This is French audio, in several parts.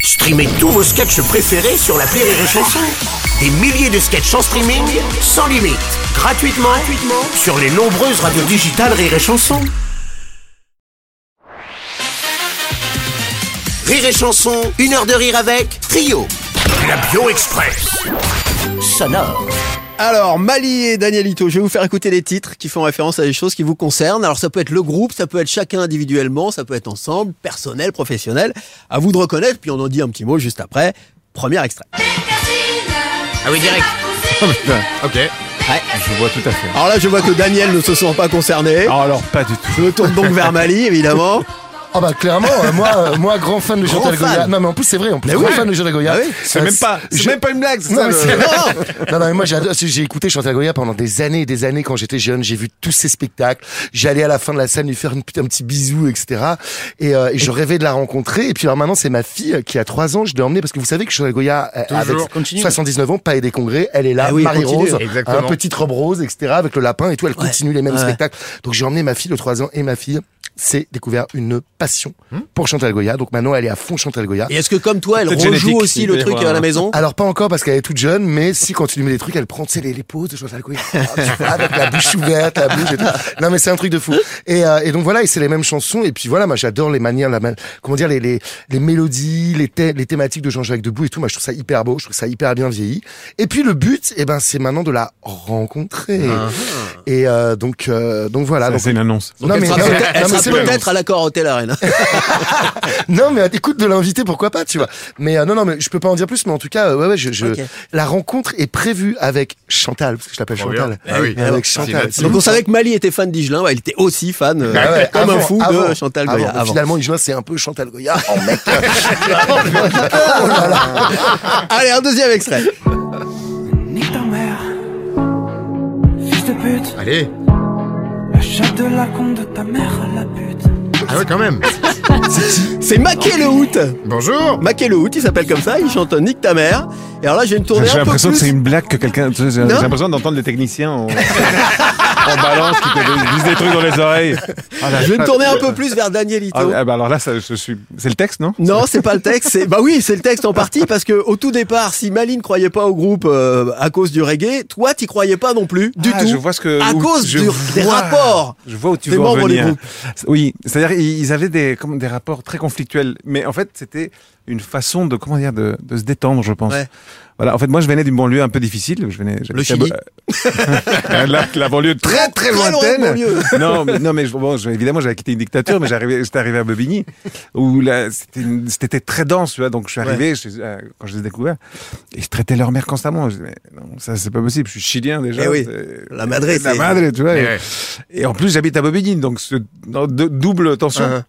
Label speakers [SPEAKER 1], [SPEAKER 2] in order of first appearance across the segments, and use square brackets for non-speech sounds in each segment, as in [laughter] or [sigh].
[SPEAKER 1] Streamez tous vos sketchs préférés sur la Rire et Chanson. Des milliers de sketchs en streaming, sans limite, gratuitement, gratuitement sur les nombreuses radios digitales Rire et Chanson. Rire et Chanson, une heure de rire avec Trio, la Bio Express. Sonore.
[SPEAKER 2] Alors, Mali et Daniel Ito, je vais vous faire écouter les titres qui font référence à des choses qui vous concernent. Alors, ça peut être le groupe, ça peut être chacun individuellement, ça peut être ensemble, personnel, professionnel. À vous de reconnaître, puis on en dit un petit mot juste après. Premier extrait.
[SPEAKER 3] Ah oui, direct.
[SPEAKER 4] Ok. Je vois tout à fait.
[SPEAKER 2] Alors là, je vois que Daniel ne se sent pas concerné.
[SPEAKER 4] Ah, alors, pas du tout.
[SPEAKER 2] Je me tourne donc vers Mali,
[SPEAKER 4] [laughs]
[SPEAKER 2] évidemment.
[SPEAKER 5] Ah bah clairement, euh, moi, euh, moi grand fan de Chantal
[SPEAKER 2] fan.
[SPEAKER 5] Goya. Non mais en plus c'est vrai, en plus grand
[SPEAKER 2] oui.
[SPEAKER 5] fan de Chantal Goya.
[SPEAKER 2] Ah oui.
[SPEAKER 4] C'est
[SPEAKER 5] Euh,
[SPEAKER 4] même pas, c'est
[SPEAKER 5] je-
[SPEAKER 4] même pas une blague, c'est
[SPEAKER 5] Non,
[SPEAKER 4] ça
[SPEAKER 5] mais
[SPEAKER 4] le-
[SPEAKER 5] c'est- non, non, mais moi j'adore- j'ai écouté Chantal Goya pendant des années et des années quand j'étais jeune. J'ai vu tous ses spectacles. J'allais à la fin de la scène lui faire une, petite- un petit bisou, etc. Et, euh, et je rêvais de la rencontrer. Et puis alors maintenant c'est ma fille qui a 3 ans. Je l'ai emmenée parce que vous savez que Chantal Goya, euh, avec
[SPEAKER 4] Toujours. Continue.
[SPEAKER 5] 79 ans, Palais des Congrès, elle est là,
[SPEAKER 2] Ah oui,
[SPEAKER 5] Marie Rose,
[SPEAKER 2] continue.
[SPEAKER 4] Exactement.
[SPEAKER 5] un petite robe rose, etc. Avec le lapin et tout. Elle continue les mêmes
[SPEAKER 2] Ouais.
[SPEAKER 5] spectacles. Donc j'ai emmené ma fille de 3 ans et ma fille s'est découvert une passion pour Chantal Goya. Donc maintenant elle est à fond Chantal Goya.
[SPEAKER 2] Et est-ce que comme toi, elle
[SPEAKER 4] Peut-être
[SPEAKER 2] rejoue
[SPEAKER 4] génétique,
[SPEAKER 2] aussi
[SPEAKER 4] il
[SPEAKER 2] le
[SPEAKER 4] peut y
[SPEAKER 2] truc
[SPEAKER 4] avoir
[SPEAKER 2] à la
[SPEAKER 4] un-
[SPEAKER 2] maison
[SPEAKER 5] Alors pas encore parce qu'elle est toute jeune, mais si quand tu lui mets des trucs, elle prend tu sais, les, les poses de Chantal Goya Ah, tu vois, avec la bouche ouverte, la bouche et tout. Non mais c'est un truc de fou. Et, euh, et donc voilà, et c'est les mêmes chansons. Et puis voilà, moi j'adore les manières, la man- comment dire, les les, les mélodies, les thè- les thématiques de Jean-Jacques Debout et tout. Moi je trouve ça hyper beau, je trouve ça hyper bien vieilli. Et puis le but, eh ben c'est maintenant de la rencontrer.
[SPEAKER 2] Ah.
[SPEAKER 5] Et euh, donc euh, donc voilà.
[SPEAKER 4] Ah,
[SPEAKER 5] Donc,
[SPEAKER 4] c'est une annonce.
[SPEAKER 5] non
[SPEAKER 2] Elle
[SPEAKER 5] mais,
[SPEAKER 2] sera
[SPEAKER 5] non, mais-
[SPEAKER 2] peut-être- elle
[SPEAKER 5] non, mais
[SPEAKER 2] sera
[SPEAKER 5] c'est vrai.
[SPEAKER 2] peut-être à l'accord Hôtel Arena.
[SPEAKER 5] Non, mais écoute de l'invité, pourquoi pas, tu vois. Mais euh, non, non, mais je peux pas en dire plus, mais en tout cas, euh, ouais, ouais, je, je-
[SPEAKER 2] Ok.
[SPEAKER 5] la rencontre est prévue avec Chantal, parce que je l'appelle
[SPEAKER 4] Trop
[SPEAKER 5] Chantal.
[SPEAKER 4] bien. Ah oui.
[SPEAKER 5] Avec
[SPEAKER 4] C'est
[SPEAKER 5] Chantal.
[SPEAKER 4] là-dessus.
[SPEAKER 2] Donc on savait que Mali était fan d'Igelin, bah, il était aussi fan, euh,
[SPEAKER 4] Bah
[SPEAKER 5] Ah ouais,
[SPEAKER 2] comme un
[SPEAKER 5] avant,
[SPEAKER 2] fou de
[SPEAKER 5] avant,
[SPEAKER 2] Chantal
[SPEAKER 5] avant.
[SPEAKER 2] Goya.
[SPEAKER 5] Mais
[SPEAKER 2] avant.
[SPEAKER 5] Finalement, il joue, c'est un peu Chantal Goya. Oh, mec.
[SPEAKER 2] Allez, un deuxième extrait.
[SPEAKER 6] Nique ta mère, fils de pute.
[SPEAKER 4] Allez.
[SPEAKER 6] Achète de la compte de ta mère à la pute.
[SPEAKER 4] Ah ouais, quand même.
[SPEAKER 2] C'est Maquet le Hout.
[SPEAKER 4] Bonjour.
[SPEAKER 2] Maquet le Hout, il s'appelle comme ça, il chante Nick ta mère. Et alors là, je vais me tourner
[SPEAKER 4] J'ai
[SPEAKER 2] un peu plus.
[SPEAKER 4] l'impression que c'est une blague que quelqu'un. tu sais, J'ai
[SPEAKER 2] Non.
[SPEAKER 4] l'impression d'entendre les techniciens [laughs] en, en balance qui te disent des trucs dans les oreilles. Ah, la
[SPEAKER 2] Je vais me
[SPEAKER 4] vache.
[SPEAKER 2] tourner un peu plus vers Daniel Ito.
[SPEAKER 4] Ah, ah, bah alors là, ça, je suis. C'est le texte, non
[SPEAKER 2] Non, c'est pas le texte. C'est bah oui, c'est le texte en partie parce que au tout départ, si Mali ne croyait pas au groupe euh, à cause du reggae, toi t'y croyais pas non plus du
[SPEAKER 4] Ah,
[SPEAKER 2] tout.
[SPEAKER 4] Je vois ce que
[SPEAKER 2] à
[SPEAKER 4] où-
[SPEAKER 2] cause
[SPEAKER 4] je
[SPEAKER 2] du- des
[SPEAKER 4] vois-
[SPEAKER 2] rapports.
[SPEAKER 4] Je vois où tu
[SPEAKER 2] des
[SPEAKER 4] veux en
[SPEAKER 2] membres des
[SPEAKER 4] venir.
[SPEAKER 2] groupes.
[SPEAKER 4] Oui, c'est-à-dire ils ils avaient des comme des rapports très conflictuels, mais en fait c'était une façon de comment dire de, de se détendre, je pense.
[SPEAKER 2] Ouais.
[SPEAKER 4] Voilà. En fait, moi, je venais d'une banlieue un peu difficile. Je venais. j'habitais
[SPEAKER 2] Le Chili.
[SPEAKER 4] à Bo- [laughs] la, la banlieue très très,
[SPEAKER 2] Très loin de
[SPEAKER 4] lointaine.
[SPEAKER 2] banlieue.
[SPEAKER 4] [laughs] non, mais, non, mais je- bon, je- évidemment, j'avais quitté une dictature, mais j'arrivais, j'étais arrivé à Bobigny où là, c'était, une- c'était très dense, tu vois. Donc, je suis arrivé chez- euh, quand je les ai découverts et ils traitaient leur mère constamment. Je disais, mais non, ça, c'est pas possible. Je suis chilien déjà.
[SPEAKER 2] Eh oui.
[SPEAKER 4] C'est-
[SPEAKER 2] La Madrid,
[SPEAKER 4] La
[SPEAKER 2] c'est-
[SPEAKER 4] Madrid, tu vois.
[SPEAKER 3] Eh
[SPEAKER 4] Et-
[SPEAKER 3] ouais.
[SPEAKER 4] et en plus, j'habite à Bobigny, donc ce, dans deux- double tension.
[SPEAKER 2] Uh-huh.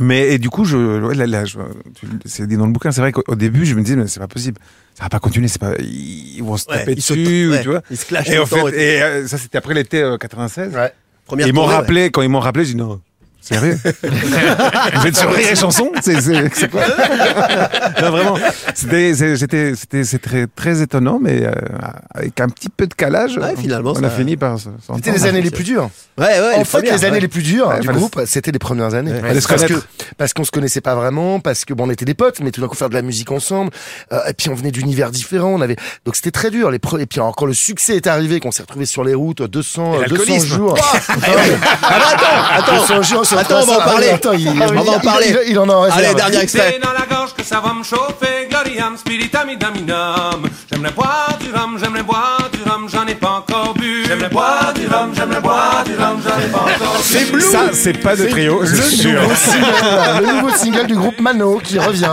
[SPEAKER 4] Mais et du coup, je, ouais, là, là, je- tu- c'est dit dans le bouquin, c'est vrai qu'au au début, je me disais, mais c'est pas possible, ça va pas continuer, c'est pas, ils vont se
[SPEAKER 2] Ouais,
[SPEAKER 4] taper
[SPEAKER 2] ils se-
[SPEAKER 4] dessus, ou
[SPEAKER 2] ouais,
[SPEAKER 4] tu vois.
[SPEAKER 2] ils se clashent
[SPEAKER 4] Et
[SPEAKER 2] tout
[SPEAKER 4] en
[SPEAKER 2] le temps,
[SPEAKER 4] fait,
[SPEAKER 2] ouais.
[SPEAKER 4] et, euh, ça c'était après l'été euh, 96.
[SPEAKER 5] Ouais.
[SPEAKER 2] Première
[SPEAKER 4] Et ils m'ont
[SPEAKER 2] tournée, ouais.
[SPEAKER 4] rappelé, quand ils m'ont rappelé, j'ai dit non. Sérieux Vous êtes sur Rire et Chanson C'est c'est- c'est quoi [laughs] Non, vraiment. C'était c'est- j'étais- c'était- c'est très, très étonnant, mais euh, avec un petit peu de calage,
[SPEAKER 2] Ouais, finalement,
[SPEAKER 4] on a
[SPEAKER 2] ça-
[SPEAKER 4] fini par. se-
[SPEAKER 5] C'était
[SPEAKER 4] s'entendre.
[SPEAKER 5] les années les plus dures.
[SPEAKER 2] Ouais, ouais,
[SPEAKER 5] en fait,
[SPEAKER 2] premières,
[SPEAKER 5] les années
[SPEAKER 2] ouais.
[SPEAKER 5] les plus dures
[SPEAKER 4] Ouais,
[SPEAKER 5] du
[SPEAKER 4] fallait-
[SPEAKER 5] groupe, c'était les premières années.
[SPEAKER 4] fallait se
[SPEAKER 5] parce que
[SPEAKER 4] connaître.
[SPEAKER 5] parce qu'on se connaissait pas vraiment, parce que bon, on était des potes, mais tout d'un coup faire de la musique ensemble, euh, et puis on venait d'univers différents, on avait donc c'était très dur. Les pre- et puis alors, quand le succès est arrivé, qu'on s'est retrouvé sur les routes euh, 200 euh, 200
[SPEAKER 4] l'alcoolisme.
[SPEAKER 5] jours.
[SPEAKER 2] Ah bah, attends, attends.
[SPEAKER 5] 200 jours sur
[SPEAKER 2] Attends, on va en
[SPEAKER 5] 300. Ah oui,
[SPEAKER 2] parler.
[SPEAKER 5] attends, il-
[SPEAKER 2] On va en
[SPEAKER 5] il- il-
[SPEAKER 2] parler.
[SPEAKER 5] il- il en a en réserve.
[SPEAKER 2] Allez,
[SPEAKER 5] [laughs]
[SPEAKER 2] dernier extrait.
[SPEAKER 7] C'est dans la gorge que ça va me chauffer, gloriam spiritam idaminam. J'aimerais boire du rhum, j'aimerais boire du rhum, j'en ai pas encore bu. J'aimerais boire du rhum, j'aimerais boire du rhum, j'en ai pas encore bu.
[SPEAKER 2] C'est Blue.
[SPEAKER 4] Ça, c'est pas de trio,
[SPEAKER 5] Le
[SPEAKER 4] c'est sûr.
[SPEAKER 5] nouveau, single, le nouveau single du groupe Mano qui revient.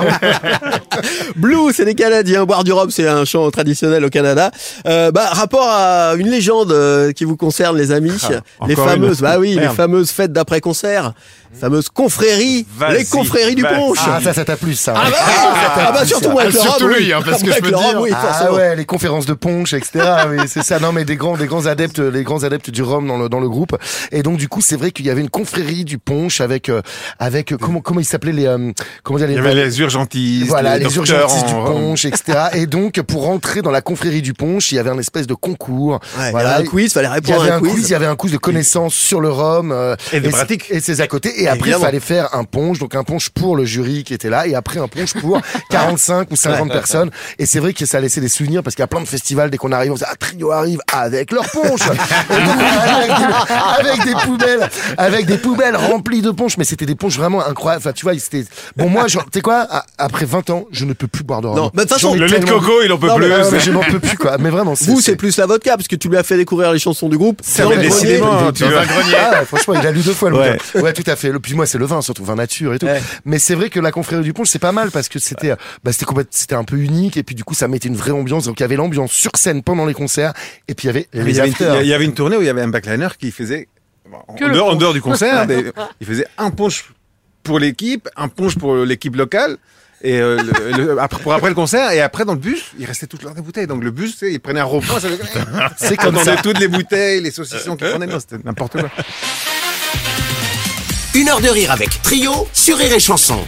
[SPEAKER 2] Blue, c'est des Canadiens. Boire du rhum, c'est un chant traditionnel au Canada. Euh, bah, rapport à une légende euh, qui vous concerne, les amis,
[SPEAKER 4] Ah,
[SPEAKER 2] les
[SPEAKER 4] encore
[SPEAKER 2] fameuses,
[SPEAKER 4] une.
[SPEAKER 2] bah oui, les
[SPEAKER 4] Merde.
[SPEAKER 2] fameuses fêtes d'après-concert, fameuses confréries,
[SPEAKER 4] Vas-y,
[SPEAKER 2] les confréries du
[SPEAKER 4] vas-y.
[SPEAKER 2] Ponche.
[SPEAKER 5] Ah, ça, ça t'a plu, ça.
[SPEAKER 2] Ah bah, ah bah, surtout moi, avec le
[SPEAKER 3] Surtout
[SPEAKER 2] rhum,
[SPEAKER 3] lui,
[SPEAKER 2] oui.
[SPEAKER 3] hein, parce que
[SPEAKER 2] Avec
[SPEAKER 3] je peux
[SPEAKER 2] le rhum,
[SPEAKER 3] dire.
[SPEAKER 2] oui,
[SPEAKER 5] Ah
[SPEAKER 2] forcément.
[SPEAKER 5] ouais, les conférences de punch, etc. [laughs] Oui, c'est ça. Non, mais des grands, des grands adeptes, les grands adeptes du rhum dans le dans le groupe. Et donc du coup, c'est vrai qu'il y avait une confrérie du punch avec euh, avec euh, comment comment ils s'appelaient les euh, comment dire les
[SPEAKER 4] Il y avait les urgentistes,
[SPEAKER 5] voilà, les
[SPEAKER 4] docteurs
[SPEAKER 5] urgentistes du
[SPEAKER 4] en-
[SPEAKER 5] punch, etc.
[SPEAKER 4] [laughs]
[SPEAKER 5] Et donc, pour entrer dans la confrérie du punch, il y avait un espèce de concours.
[SPEAKER 2] Ouais,
[SPEAKER 5] Voilà.
[SPEAKER 2] Il y avait un quiz, fallait
[SPEAKER 5] Il y
[SPEAKER 2] répondre à
[SPEAKER 5] avait
[SPEAKER 2] un quiz.
[SPEAKER 5] il y avait un quiz de connaissances sur le rhum euh,
[SPEAKER 4] Et des
[SPEAKER 5] c'est-
[SPEAKER 4] pratiques.
[SPEAKER 5] et ses à côté et Et après, il
[SPEAKER 2] Évidemment.
[SPEAKER 5] fallait faire un ponche, donc un ponche pour le jury qui était là, et après un
[SPEAKER 2] [laughs]
[SPEAKER 5] ponche pour 45 ou 50 personnes. Et c'est vrai que ça laissait des souvenirs parce qu'il y a plein de festivals dès qu'on arrive, on se dit, ah, Trio arrive avec leur
[SPEAKER 2] [laughs]
[SPEAKER 5] ponche, Et donc, avec, des, avec des poubelles, avec des poubelles remplies de ponches, mais c'était des ponches vraiment incroyables. Enfin, tu vois, c'était, bon, moi, genre, tu sais quoi, à- après 20 ans, je ne peux plus boire de rhum.
[SPEAKER 2] Non, mais de toute façon,
[SPEAKER 5] J'en ai
[SPEAKER 2] le
[SPEAKER 4] lait de
[SPEAKER 5] tellement-
[SPEAKER 4] coco, il en peut
[SPEAKER 5] Non, mais
[SPEAKER 4] plus.
[SPEAKER 5] ouais, mais je n'en peux plus, quoi. Mais vraiment,
[SPEAKER 2] Vous, c'est plus la vodka, parce que tu lui as fait découvrir les chansons du groupe.
[SPEAKER 4] Ça
[SPEAKER 2] Dans
[SPEAKER 4] va
[SPEAKER 2] le grenier.
[SPEAKER 4] décidément, hein, tu
[SPEAKER 5] dans
[SPEAKER 4] vois.
[SPEAKER 5] un grenier. Ah, franchement, il a lu deux fois le
[SPEAKER 4] Ouais.
[SPEAKER 5] bouquin. Ouais, tout à fait. Le- Puis moi, c'est le vin, surtout vin nature et tout.
[SPEAKER 2] Ouais.
[SPEAKER 5] Mais c'est vrai que la confrérie du Ponche, c'est pas mal parce que c'était, euh, bah, c'était complète- c'était un peu unique et puis du coup, ça mettait une vraie ambiance. Donc il y avait l'ambiance sur scène pendant les concerts et puis il y avait
[SPEAKER 4] Mais Il
[SPEAKER 5] les
[SPEAKER 4] y, avait une,
[SPEAKER 5] afters.
[SPEAKER 4] il y avait une tournée où il y avait un backliner qui faisait, en,
[SPEAKER 8] le
[SPEAKER 4] dehors, en
[SPEAKER 8] punch.
[SPEAKER 4] dehors
[SPEAKER 8] [laughs]
[SPEAKER 4] du concert, des- il faisait un punch pour l'équipe, un punch pour l'équipe locale. Et euh, le- le- après, pour après le concert, et après dans le bus, il restait toute l'heure des bouteilles. Donc le bus, tu sais, il prenait un repas, ça faisait-
[SPEAKER 5] C'est
[SPEAKER 4] Quand
[SPEAKER 5] comme
[SPEAKER 4] on
[SPEAKER 5] ça.
[SPEAKER 4] a toutes les bouteilles, les saucissons qu'ils prenaient, non, c'était n'importe quoi.
[SPEAKER 1] Une heure de rire avec Trio sur Rire et Chanson.